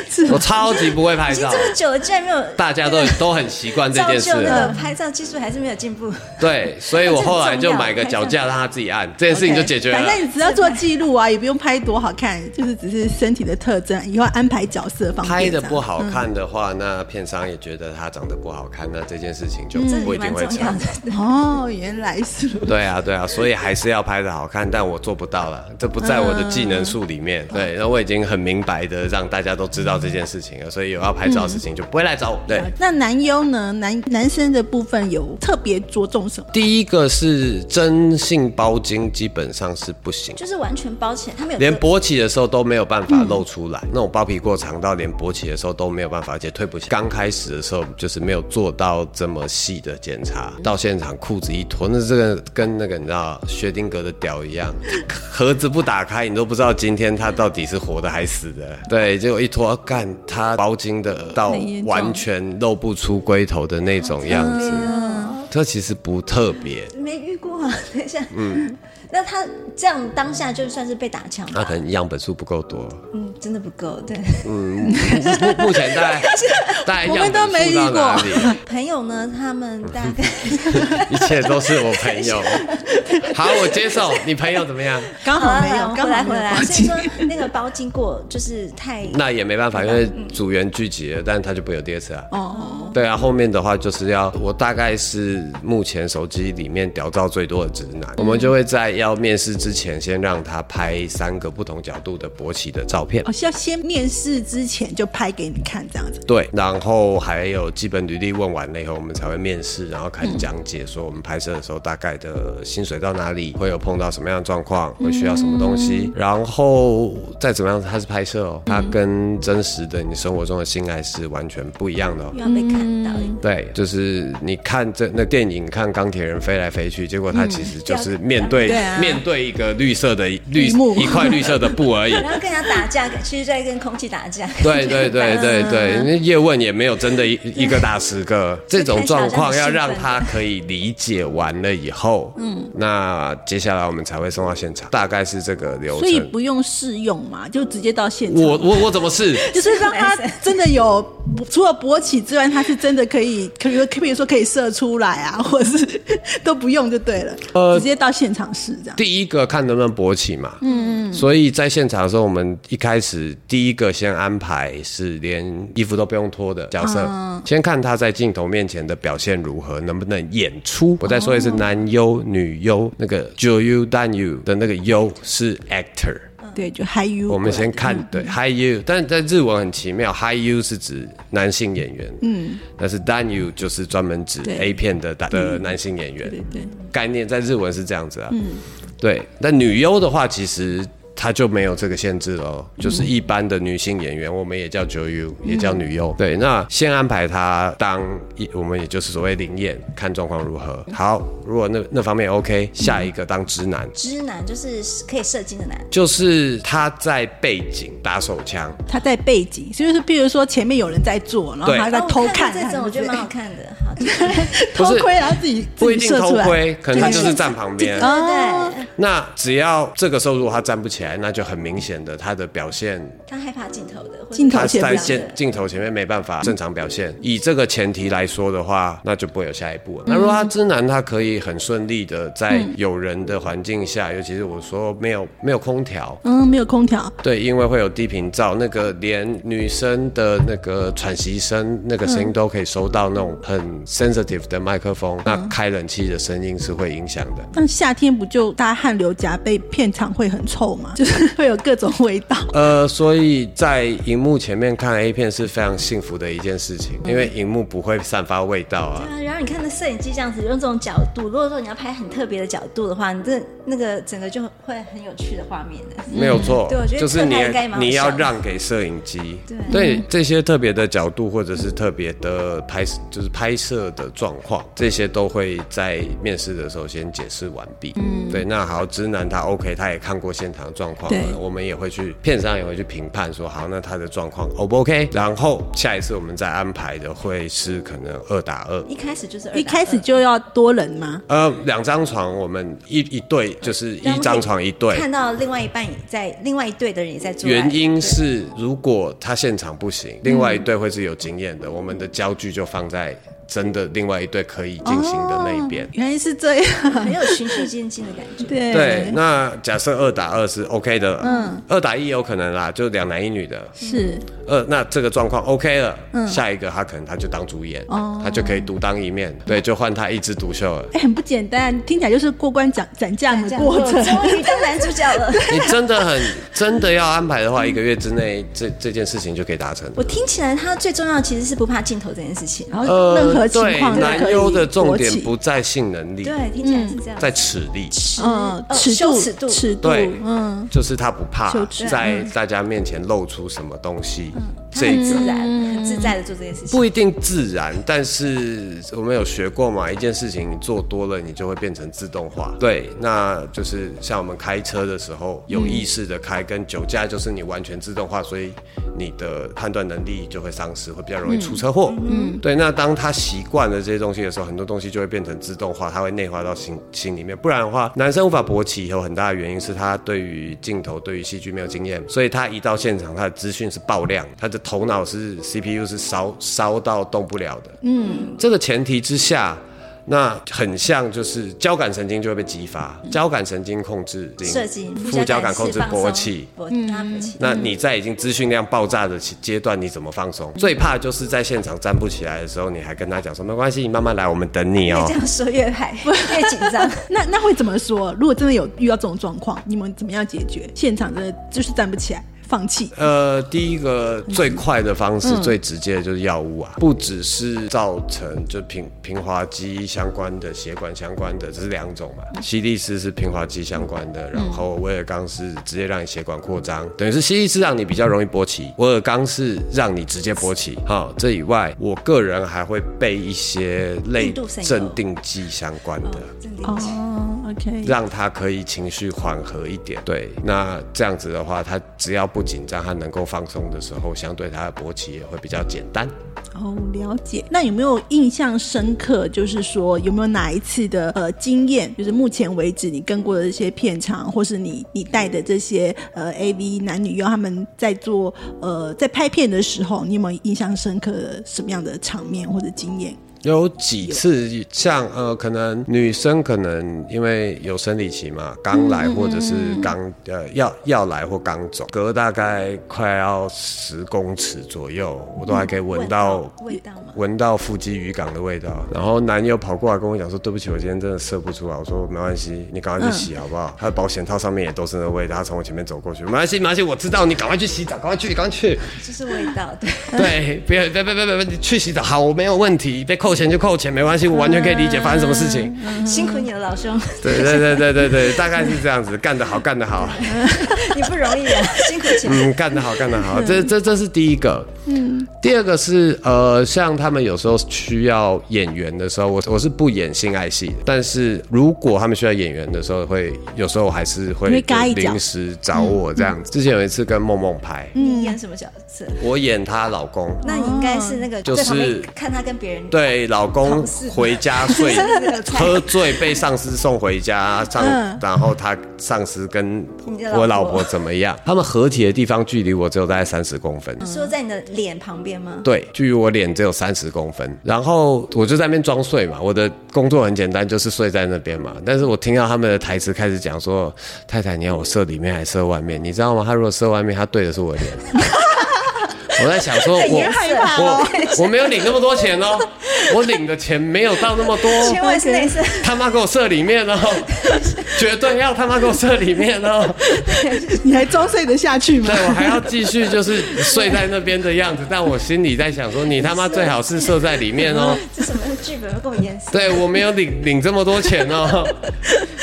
[laughs]
我超级不会拍
已经
照
[laughs] 这。么久了，竟然没有
大家都都很习惯这
造
件事
就那
了，
个拍照技术，还是没有进步。
对，所以我后来就买个脚架让他自己
[laughs]
按，这件事情就解决了
反。正你只要做记录啊，也不用拍多好看，就是只是身体的特征，以后安排角色方面
拍的
这样
不
嗯
好看的话，那片商也觉得他长得不好看，那这件事情就
嗯这
嗯不一
也
定
蛮
会
重
成
要。的，
哦，原来是如
对啊，对啊，所以还是要拍的好看，但我做不到了，这不在我的技能数里面。对，那我已经很明白的让大家都知道这件事情了，所以有要拍照的事情就不会来找我。对，
那男优呢？男男生的部分有特别着重什么？
第一个是真性包茎，基本上是不行。
就是完全包起来，他们有
连
割
勃起的时候都没有办法露出来，那种包皮过长到连勃起的时候都没有办法，而且退不下。刚开始的时候就是没有做到这么细的检查，到现场裤子一脱，那这个跟那个你知道薛定谔的屌一样，盒子不打开，你都不知道今天他到底是活的还是死的。对，结果一脱，干他包茎的到完全露不出龟头的那种样子，这其实不特别。
没遇过、啊。等一下，嗯，那他这样当下就算是被打枪
那
吧？
可能样本数不够多，
嗯，真的不够。对，
目目前大概大概
我
样
们都
本
没
数到
遇过
哪里？
[laughs]
朋友呢，他们大概
一切都是我朋友。好，我接受。你朋友怎么样？
刚好没有，刚
回来啊
好
回
没有
来。
包
所以
茎。
说那个包经过就是太
那也没办法，因为组员聚集了，但他就不会有第二次啊。
哦，
对啊，后面的话就是要我大概是目前手机里面屌照最多的直男，我们就会在要面试之前先让他拍三个不同角度的勃起的照片
哦，。是要先面试之前就拍给你看这样子。
对，然后还有基本履历问完了以后，我们才会面试，然后开始讲解说我们拍摄的时候大概的薪水到哪里，会有碰到什么样的状况，会需要什么东西，然后再怎么样，它是拍摄哦，它跟真实的你生活中的性爱是完全不一样的哦。
又要被看到，
对，就是你看这那电影，看钢铁人飞来飞去，结果他其实就是面嗯对、
对啊
面对一个绿色的绿
荧幕
一块绿色的布而已。
然后跟人家打架，其实在跟空气打架。
[laughs] 对对对对对，因为叶问也没有真的一一个打十
[laughs]
个，这种状况要让他可以理解完了以后，嗯，那接下来我们才会送到现场，大概是这个流
所以
程。
不用试用嘛，就直接到现场。
我我我怎么试？
就是让他真的有，除了勃起之外，他是真的可以，可以，可以说可以射出来啊， [laughs] 或者是都不用就对了，
呃
直接到现场试这样。
第一个看能不能勃起嘛，嗯嗯，所以在现场的时候，我们一开始第一个先安排是连衣服都不用脱的角色，先看他在镜头面前的表现如何，能不能演出。我再说一次，男优、女优，那个 “jo you d a n you” 的那个优是 actor。
嗯对，就 Hi You。嗯
我们先看对 Hi You，但在日文很奇妙，Hi You 是指男性演员，嗯，但是 Dan You 就是专门指
对
A 片的男的男性演员，
对对对
概念在日文是这样子啊，嗯，对。但女优的话，其实她就没有这个限制喽，就是一般的女性演员，我们也叫九 U，也
嗯
叫女优。对，那先安排她当一，我们也就是所谓灵验，看状况如何。好，如果那那方面 OK，下一个当直男。
直男就是可以射精的男，
就是他在背景打手枪，
他在背景，就是比如说前面有人在做，然后
对
他在
哦我
偷
看
看，
过这种，我觉得蛮
[laughs]
好
看，
看的。好，对
不
偷
是
窥，然后自己
不一
自己
定
射
偷
出来
窥，可能他就是站旁边。
嗯
对对，
那只要这个时候如果他站不起来，那就很明显的他的表现，
他害怕镜头的，或者
镜头
他
前
在
面
镜
的
镜头前面没办法正常表现。以这个前提来说的话，那就不会有下一步
嗯
了。那如果他直男，他可以很顺利的在有人的环境下，尤其是我说没有没有空调，
嗯，没有空调，
对，因为会有低频噪，那个连女生的那个喘息声，那个声音都可以收到那种很 sensitive 的麦克风，那开冷气的声音是会影响的。
那夏天不就大家汗流浃背，片场会很臭嘛， [laughs] 就是会有各种味道。
呃，所以在荧幕前面看 A 片是非常幸福的一件事情，因为荧幕不会散发味道啊。
啊，然后你看那摄影机这样子，用这种角度，如果说你要拍很特别的角度的话，你这那个整个就会很有趣的画面的。
没有错，
嗯对我觉得
就是你
特拍应该蛮好
你要
笑的
让给摄影机，
对
这些特别的角度或者是特别的拍，就是拍摄的状况，这些都会在面试的时候先解释完毕。嗯，对，那好，直男他 OK，他也看过现场状况了
对，
我们也会去片商也会去评判说，好，那他的状况 O 不 OK？然后下一次我们再安排的会是可能二打二。
一开始就是二打二
一开始就要多人吗？
呃，两张床，我们一一对就是一张床一对，
看到另外一半也在，另外一队的人也在做爱。
原因是，如果他现场不
嗯
行，另外一队会是有经验的，我们的焦距就放在真的另外一队可以进行的那一边。
原来是这样，
对很有循序渐进的感觉。
对
对，那假设二打二是 OK 的，嗯，二打一有可能啦，就两男一女的。
是
二那这个状况 OK 了，
嗯
下一个他可能他就当主演，
哦
他就可以独当一面，对，就换他一枝独秀了。
哎、很不简单，听起来就是过关斩斩将的过程。
终于当男主角了。
你真的
[laughs]
很真的要安排的话，一个月之内这这件事情就可以达成。
我听起来他最重要的其实是不怕镜头这件事情。
然
哦
后任何情况
呃对
都可
男
以
优的重点
勃起
不在性能力，
对，听起来是这样。
在齿力。
嗯
呃
尺
羞
度
耻度
尺度
对，
嗯，
就是他不怕
羞耻
在大家面前露出什么东西，
嗯他
这嗯
很
个
自然、很自在的做这件事情。
不一定自然，但是我们有学过嘛，一件事情你做多了，你就会变成自动化。对，那就是像我们开车的时候，有意识的开，跟酒驾就是你完全自动化，所以你的判断能力就会丧失，会比较容易出车祸。嗯，对。那当他习惯了这些东西的时候，很多东西就会变成自动化，它会内化到心心里面。不然的话，男生无法勃起，有很大的原因是他对于镜头、对于戏剧没有经验，所以他一到现场，他的资讯是爆量，他的头脑是 CPU 是烧烧到动不了的。嗯，这个前提之下。那很像，就是交感神经就会被激发，交感神经控制
射精、
嗯副交感控制
释放松
勃起，，
勃起，让它勃起。
那你在已经资讯量爆炸的阶段，你怎么放松？最怕就是在现场站不起来的时候，你还跟他讲说没关系，你慢慢来，我们等你哦
[laughs] 这。样说越害，越紧张。
那那会怎么说？如果真的有遇到这种状况，你们怎么样解决？现场真的就是站不起来，放弃。
呃，第一个最快的方
嗯
式、最直接的就是药物啊，不只是造成就平平滑肌相关的、血管相关的，这是两种
嗯
嘛。西力斯是平滑肌相关的，然后威尔刚是直接让你血管扩张，等于是西力斯让你比较容易勃起，威尔刚是让你直接勃起。好、这以外，我个人还会备一些类
印度神油
镇定剂相关的。
[laughs] 真的
哦，OK，
让他可以情绪缓和一点。对，那这样子的话，他只要不紧张，他能够放松的时候，相对他的勃起也会比较简单。
哦，了解。那有没有印象深刻？就是说，有没有哪一次的呃经验？就是目前为止你跟过的这些片场，或是你你带的这些呃 AV 男女优，他们在做呃在拍片的时候，你有没有印象深刻的什么样的场面或者经验？ [laughs]
有几次像呃，可能女生可能因为有生理期嘛，刚来或者是刚、呃要要来或刚走，隔大概快要十公尺左右，我都还可以闻到
味道吗？
闻到腹肌渔港的味道，然后男友跑过来跟我讲说：“对不起，我今天真的射不出来。”我说：“没关系，你赶快去洗好不好？”他的保险套上面也都是那味道，他从我前面走过去，没关系，没关系，我知道你赶快去洗澡，赶快去，赶快去。
就是味道，对。
对，不要，别别别别别，你去洗澡，好，我没有问题，被扣钱就扣钱，没关系，我完全可以理解发生什么事情。
辛苦你了，
[laughs]
老兄，
对对对对对对，大概是这样子，干得好，干得好。
你不容易啊，辛苦起来。
嗯，干得好，干得好，这这这是第一个。嗯，第二个是呃，像他们有时候需要演员的时候，我我是不演性爱戏的，但是如果他们需要演员的时候，会有时候还是会
你会嘎一脚
临时找我这样子。之前有一次跟梦梦拍，
你演什么角色？
我演她老公，
那你应该是那个
哦就
在旁边
是
看他跟别人
对老公
同事
回家
[laughs]
睡喝醉被上司送回家，上、
嗯
然后他上司跟
你的老婆
我老婆怎么样？他们合体的地方距离我只有大概三十公分。
说在你的脸旁边吗？
对，距离我脸只有三十公分，然后我就在那边装睡嘛。我的工作很简单，就是睡在那边嘛。但是我听到他们的台词开始讲说：“太太，你要我射里面还是射外面？你知道吗？他如果射外面，他对的是我的
[laughs]
脸。”我在想说，我
害怕
我我没有领那么多钱哦，我领的钱没有到那么多，
千万是那次，
他妈给我射里面哦，绝对要他妈给我射里面哦。
你还装睡得下去吗
对？我还要继续就是睡在那边的样子，但我心里在想说，你他妈最好是射在里面哦。
[laughs] 这什么剧本跟我演死？
对我没有领领这么多钱哦。
[laughs]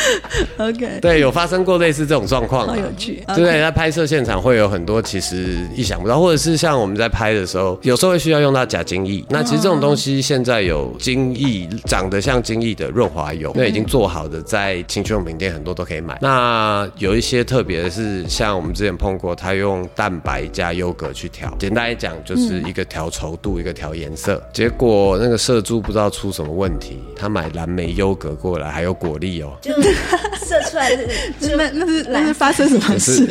OK，
对，有发生过类似这种状况、啊，
好有趣
对，在拍摄现场会有很多其实意想不到，或者是像我们在拍的时候，有时候会需要用到假精液。那其实这种东西现在有精液，长得像精液的润滑油，那已经做好的，在情趣用品店很多都可以买。那有一些特别的是，像我们之前碰过，它用蛋白加优格去调，简单来讲就是一个调稠度，一个调颜色。结果那个射猪不知道出什么问题，他买蓝莓优格过来，还有果粒哦。
就射出来的，就
呃那那是那
来
是发生什么事？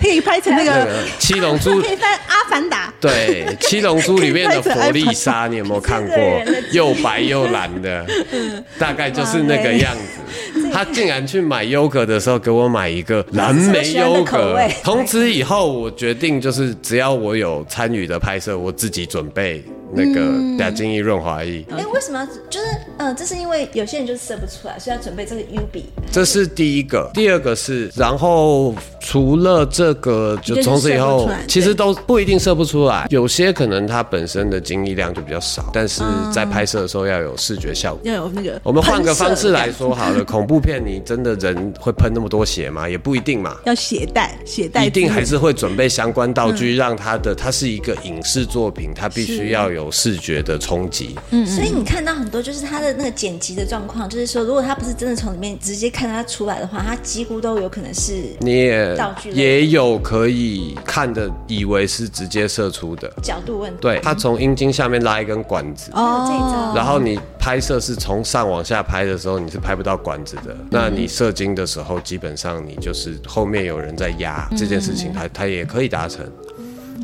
可以拍成那
那
个
个七龙珠
[laughs] 可以拍《阿凡达》。
对，《七龙珠》里面的佛利莎，你有没有看
[laughs]
过
这个人的？
又白又蓝
[laughs]
的，大概就是那个样子。他竟然去买优格的时候，给我买一个蓝莓优
他是不是喜欢的口
格
味。
从此以后，我决定就是只要我有参与的拍摄，我自己准备那个
嗯
假精益润滑液。
哎，为什么要就是嗯，这是因为有些人就是射不出来，所以要准备这个 U 笔。
这是第一个，第二个是，然后除了这个，就
就是
从此以
射不
后
出来，
其实都不一定射不出来，有些可能它本身的精力量就比较少，但是在拍摄的时候要有视觉效果。
要有那个，
我们换个方式来，说好了，恐怖片你真的人会喷那么多血吗？也不一定嘛。
要携带携带
一
资
定
源
还是会准备相关道具，让它的它是一个影视作品，它必须要有视觉的冲击。
所以你看到很多就是他的那个剪辑的状况，就是说，如果他不是真的从里面直接看他出来的话，他几乎都有可能是
你也
道具类
也有可以看的，以为是直接射出的，
角度问题。
对，它从阴茎下面拉一根管子，
还有这一招。
然后你拍摄是从上往下拍的时候，你是拍不到管子的。那你射精的时候，基本上你就是后面有人在压这件事情，它它也可以达成。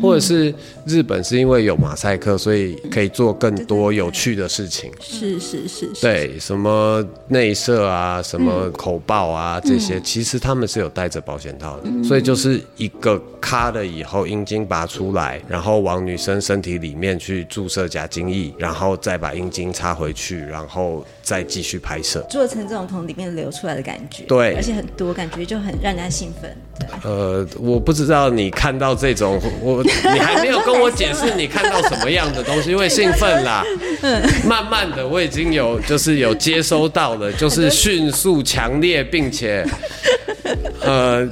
或者是日本是因为有马赛克，所以可以做更多有趣的事情。
是是是是，
对，什么内射啊，什么口爆啊，这
嗯
些其实他们是有带着保险套的，所以就是一个咔了以后，阴茎拔出来，然后往女生身体里面去注射假精液，然后再把阴茎插回去，然后再继续拍摄。
做成这种从里面流出来的感觉，
对
而且很多感觉就很让人家兴奋，对，
呃，我不知道你看到这种， [laughs] 我你还没有跟我解释你看到什么样的东西，因为兴奋啦。
嗯
慢慢的，我已经有就是有接收到了，就是迅速、强烈，并
[laughs]
且呃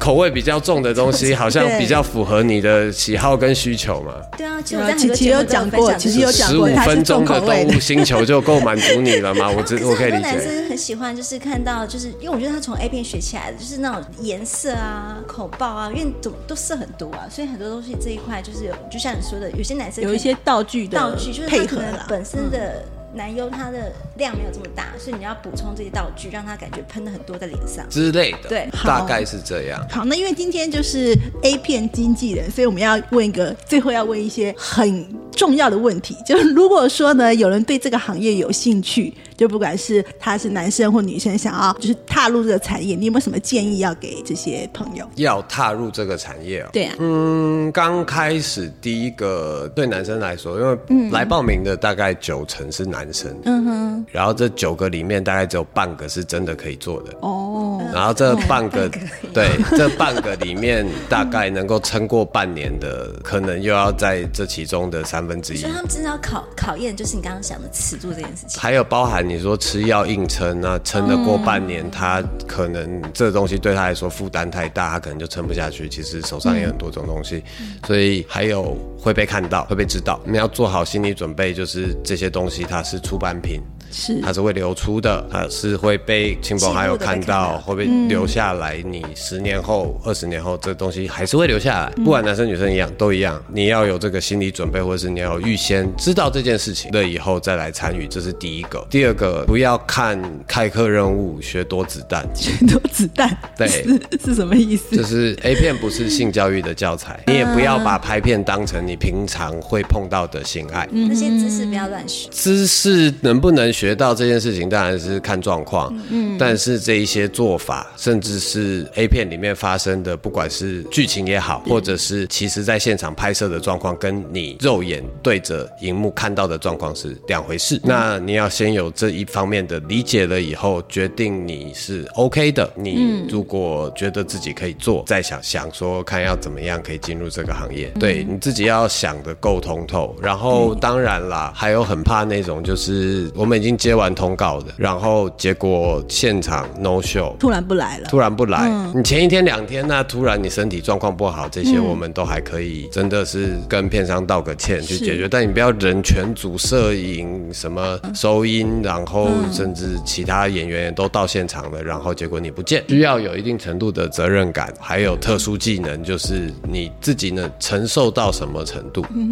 口味比较重的东西，好像比较符合你的喜好跟需求嘛。
对啊，其实我在很
呃琪
多节
琪
目
有
都
讲
分
过，
享
琪
这
琪
个
有
十
讲
五
过，它是
分钟
重口
的
味
动物星球就够满足你了吗？我
啊可
知
是
我
很
可
多
以理
[laughs]
男
解。
生很喜欢，就是看到，就是因为我觉得他从 A 片学起来的，就是那种颜色啊、口爆啊，因为怎么都色很多啊，所以很多东西这一块就是有，就像你说的，有些男生
有一些道具的
道具，就是他
配
可
合啊
能
啦。
本身的男优他的量没有这么大，所以你要补充这些道具，让他感觉喷的很多在脸上。
之类的，
对
大概是这样。
好，那因为今天就是 A 片经纪人，所以我们要问一个最后要问一些很重要的问题，就是如果说呢，有人对这个行业有兴趣，就不管是他是男生或女生，想要就是踏入这个产业，你有没有什么建议要给这些朋友？
要踏入这个产业哦。
对啊，
嗯，刚开始第一个对男生来说，因为来报名的大概九成是男生，嗯哼，然后这九个里面大概只有半个是真的可以做的，
哦，
然后这半个，对，这半个里面大概能够撑过半年的，可能又要在这其中的三分之一
所以。他们真的要考考验，就是你刚刚讲的尺度这件事情。
还有包含你说吃药硬撑，那撑得过半年，他可能这东西对他来说负担太大，他可能就撑不下去。其实手上也有很多种东西，所以还有会被看到，会被知道。你要做好心理准备，就是这些东西它是出版品，
[laughs] 是
它是会流出的，它是会被亲朋好友看到，嗯会被留下来。你十年后、二十年后，这东西还是会留下来，不管男生女生一样，都一样。你要有这个心理准备，或者是你要预先知道这件事情了以后再来参与，这是第一个。第二个，不要看开课任务学多子弹，
全都子弹，
对
是 [laughs] 是什么意思？
就是 A 片不是性教育的教材，你也不要把拍片当成你平常会碰到的性爱。
嗯
那些知识不要乱学，
知识能不能学到这件事情，当然是看状况。嗯，但是这一些做法，甚至是 A 片里面发生的，不管是剧情也好，或者是其实在现场拍摄的状况，跟你肉眼对着荧幕看到的状况是两回事。那你要先有这一方面的理解了以后，决定你是 OK 的。你如果觉得自己可以做，再想想说看要怎么样可以进入这个行业。对，你自己要想的够通透。然后当然啦，还有很怕那种就是我们已经接完通告的，然后结果现场 no show。
突然不来了，嗯
突然不来，你前一天两天那突然你身体状况不好，这些我们都还可以，真的是跟片商道个歉去
是
解决。但你不要人全组摄影、什么
嗯
收音，然后甚至其他演员也都到现场了，然后结果你不
嗯
见，需要有一定程度的责任感，还有特殊技能，就是你自己能承受到什么程度，
嗯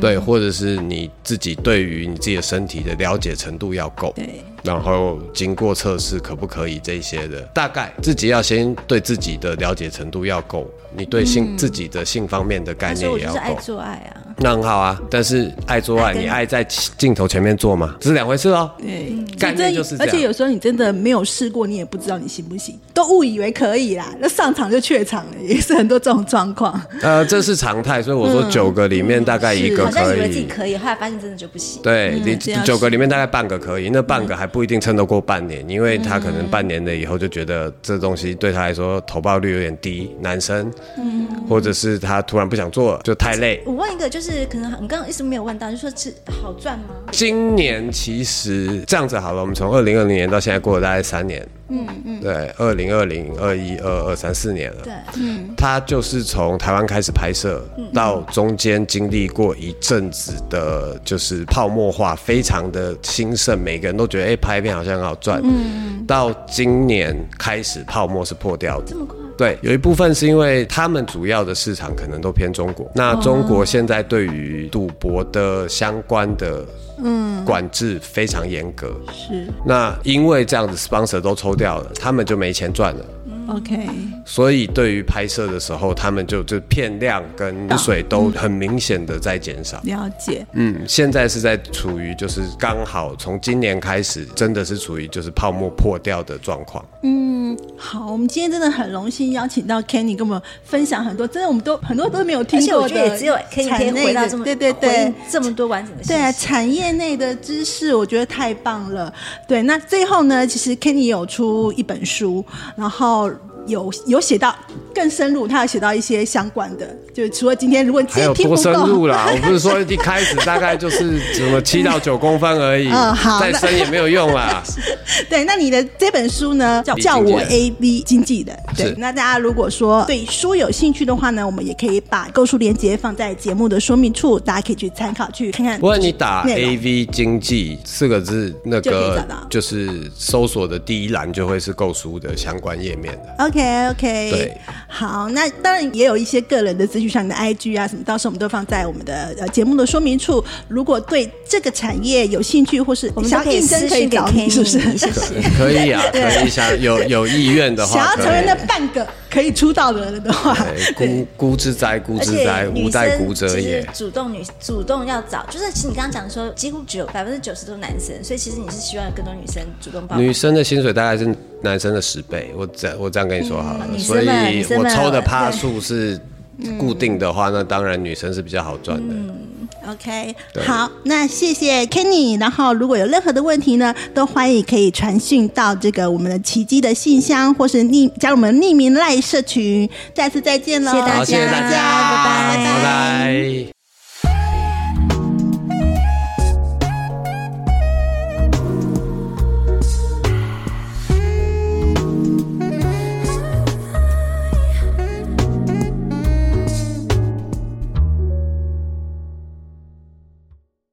对，或者是你自己对于你自己的身体的了解程度要够，
对，
然后经过测试可不可以这些的，大概自己要先对自己的了解程度要够，你对性、自己的性方面的概
他
念
说我
也
就
要
是爱
够。
做爱啊，
那很好啊，但是爱做爱，
爱跟
你爱在镜头前面做吗？这是两回事哦。
对，
概念就是这
而
样
且有时候你真的没有试过，你也不知道你行不行，都误以为可以啦，那上场就怯场了，也是很多这种状况。
呃，这是常态，所以我说九个里面大概一个
嗯好像
可
以为自己嗯
以。
可以，后来发现真的就不行。
对，你
这样
九
是
个里面大概半个可以，那半
嗯
个还不一定撑得过半年，因为他可能半年了以后就觉得这东西对他来说投报率有点低，男生，
嗯
或者是他突然不想做了，就太累。
我问一个，就是可能我们刚刚一直没有问到，就说是好赚吗？
今年其实这样子好了，我们从二零二零年到现在过了大概三年，嗯嗯，对，二零二零、二一、二二、三四年了，
对，
他就是从台湾开始拍摄，到中间经历过一阵子的，就是泡沫化，非常的兴盛，每个人都觉得哎、诶拍片好像很好赚。嗯，到今年开始泡沫是破掉的，
这么快。
对，有一部分是因为他们主要的市场可能都偏中国。那中国现在对于赌博的相关的嗯管制非常严格。
是
那因为这样子 sponsor 都抽掉了，他们就没钱赚了。
，OK，
所以对于拍摄的时候，他们就就片量跟水都很明显的在减少。
了解。
嗯，现在是在处于就是刚好从今年开始，真的是处于就是泡沫破掉的状况。
好，我们今天真的很荣幸邀请到 Kenny 跟我们分享很多，真的我们都很多都没有听
而且
过
我
的
觉得也只有可以可
产
以
内
回到
的
这么
对对对
回，这么多完整的信
对啊，
息
产业内的知识我觉得太棒了。对，那最后呢，其实 Kenny 有出一本书，然后有有写到更深入，他有写到一些相关的，就除了今天，如果你今
还
天
有
听不
多
够，
深入啦，我不是说一开
[laughs]
始大概就是什么七到九公分而已，
嗯好
再深也没有用
[laughs]
啦。
[laughs] 对，那你的这本书呢，叫
李
叫
经纪
我
人
A V 经纪人。对
是，
那大家如果说对书有兴趣的话呢，我们也可以把购书链接放在节目的说明处，大家可以去参考去看看。
不过你打
内容
A V 经济四个字，那
就可以
个
找到
就是搜索的第一栏就会是购书的相关页面的。
OK OK，
对，
好，那当然也有一些个人的资讯，像你的 IG 啊什么，到时候我们都放在我们的呃节目的说明处。如果对这个产业有兴趣，或是
我们都
想
可
要
以
应征，
私
可以
信给
找
[laughs]
你，
[laughs]
Kenny，
是不是？
谢谢。
可以啊，可以想有有意愿的
想
话
要
可
成为
以
那。半个可以出道的人的话，
对，孤孤之哉，孤
而
之
且
哉，吾
女生
待孤者
其
也
实。主动女主动要找，就是其实你刚刚讲说，几乎只有百分之九十都是男生，所以其实你是希望更多女生主动帮忙。
女生的薪水大概是男生的十倍，我这我这样跟你说好了，
嗯女生
所
们
以
女生嗯
我
们
抽的趴数是固定的话，那当然女生是比较好赚的。
嗯
OK，
对
好，那谢谢 Kenny。然后如果有任何的问题呢，都欢迎可以传讯到这个我们的奇迹的信箱，或是匿加入我们匿名赖社群。下次再见喽，
谢谢大
好，谢谢大
家
家，
拜拜
拜拜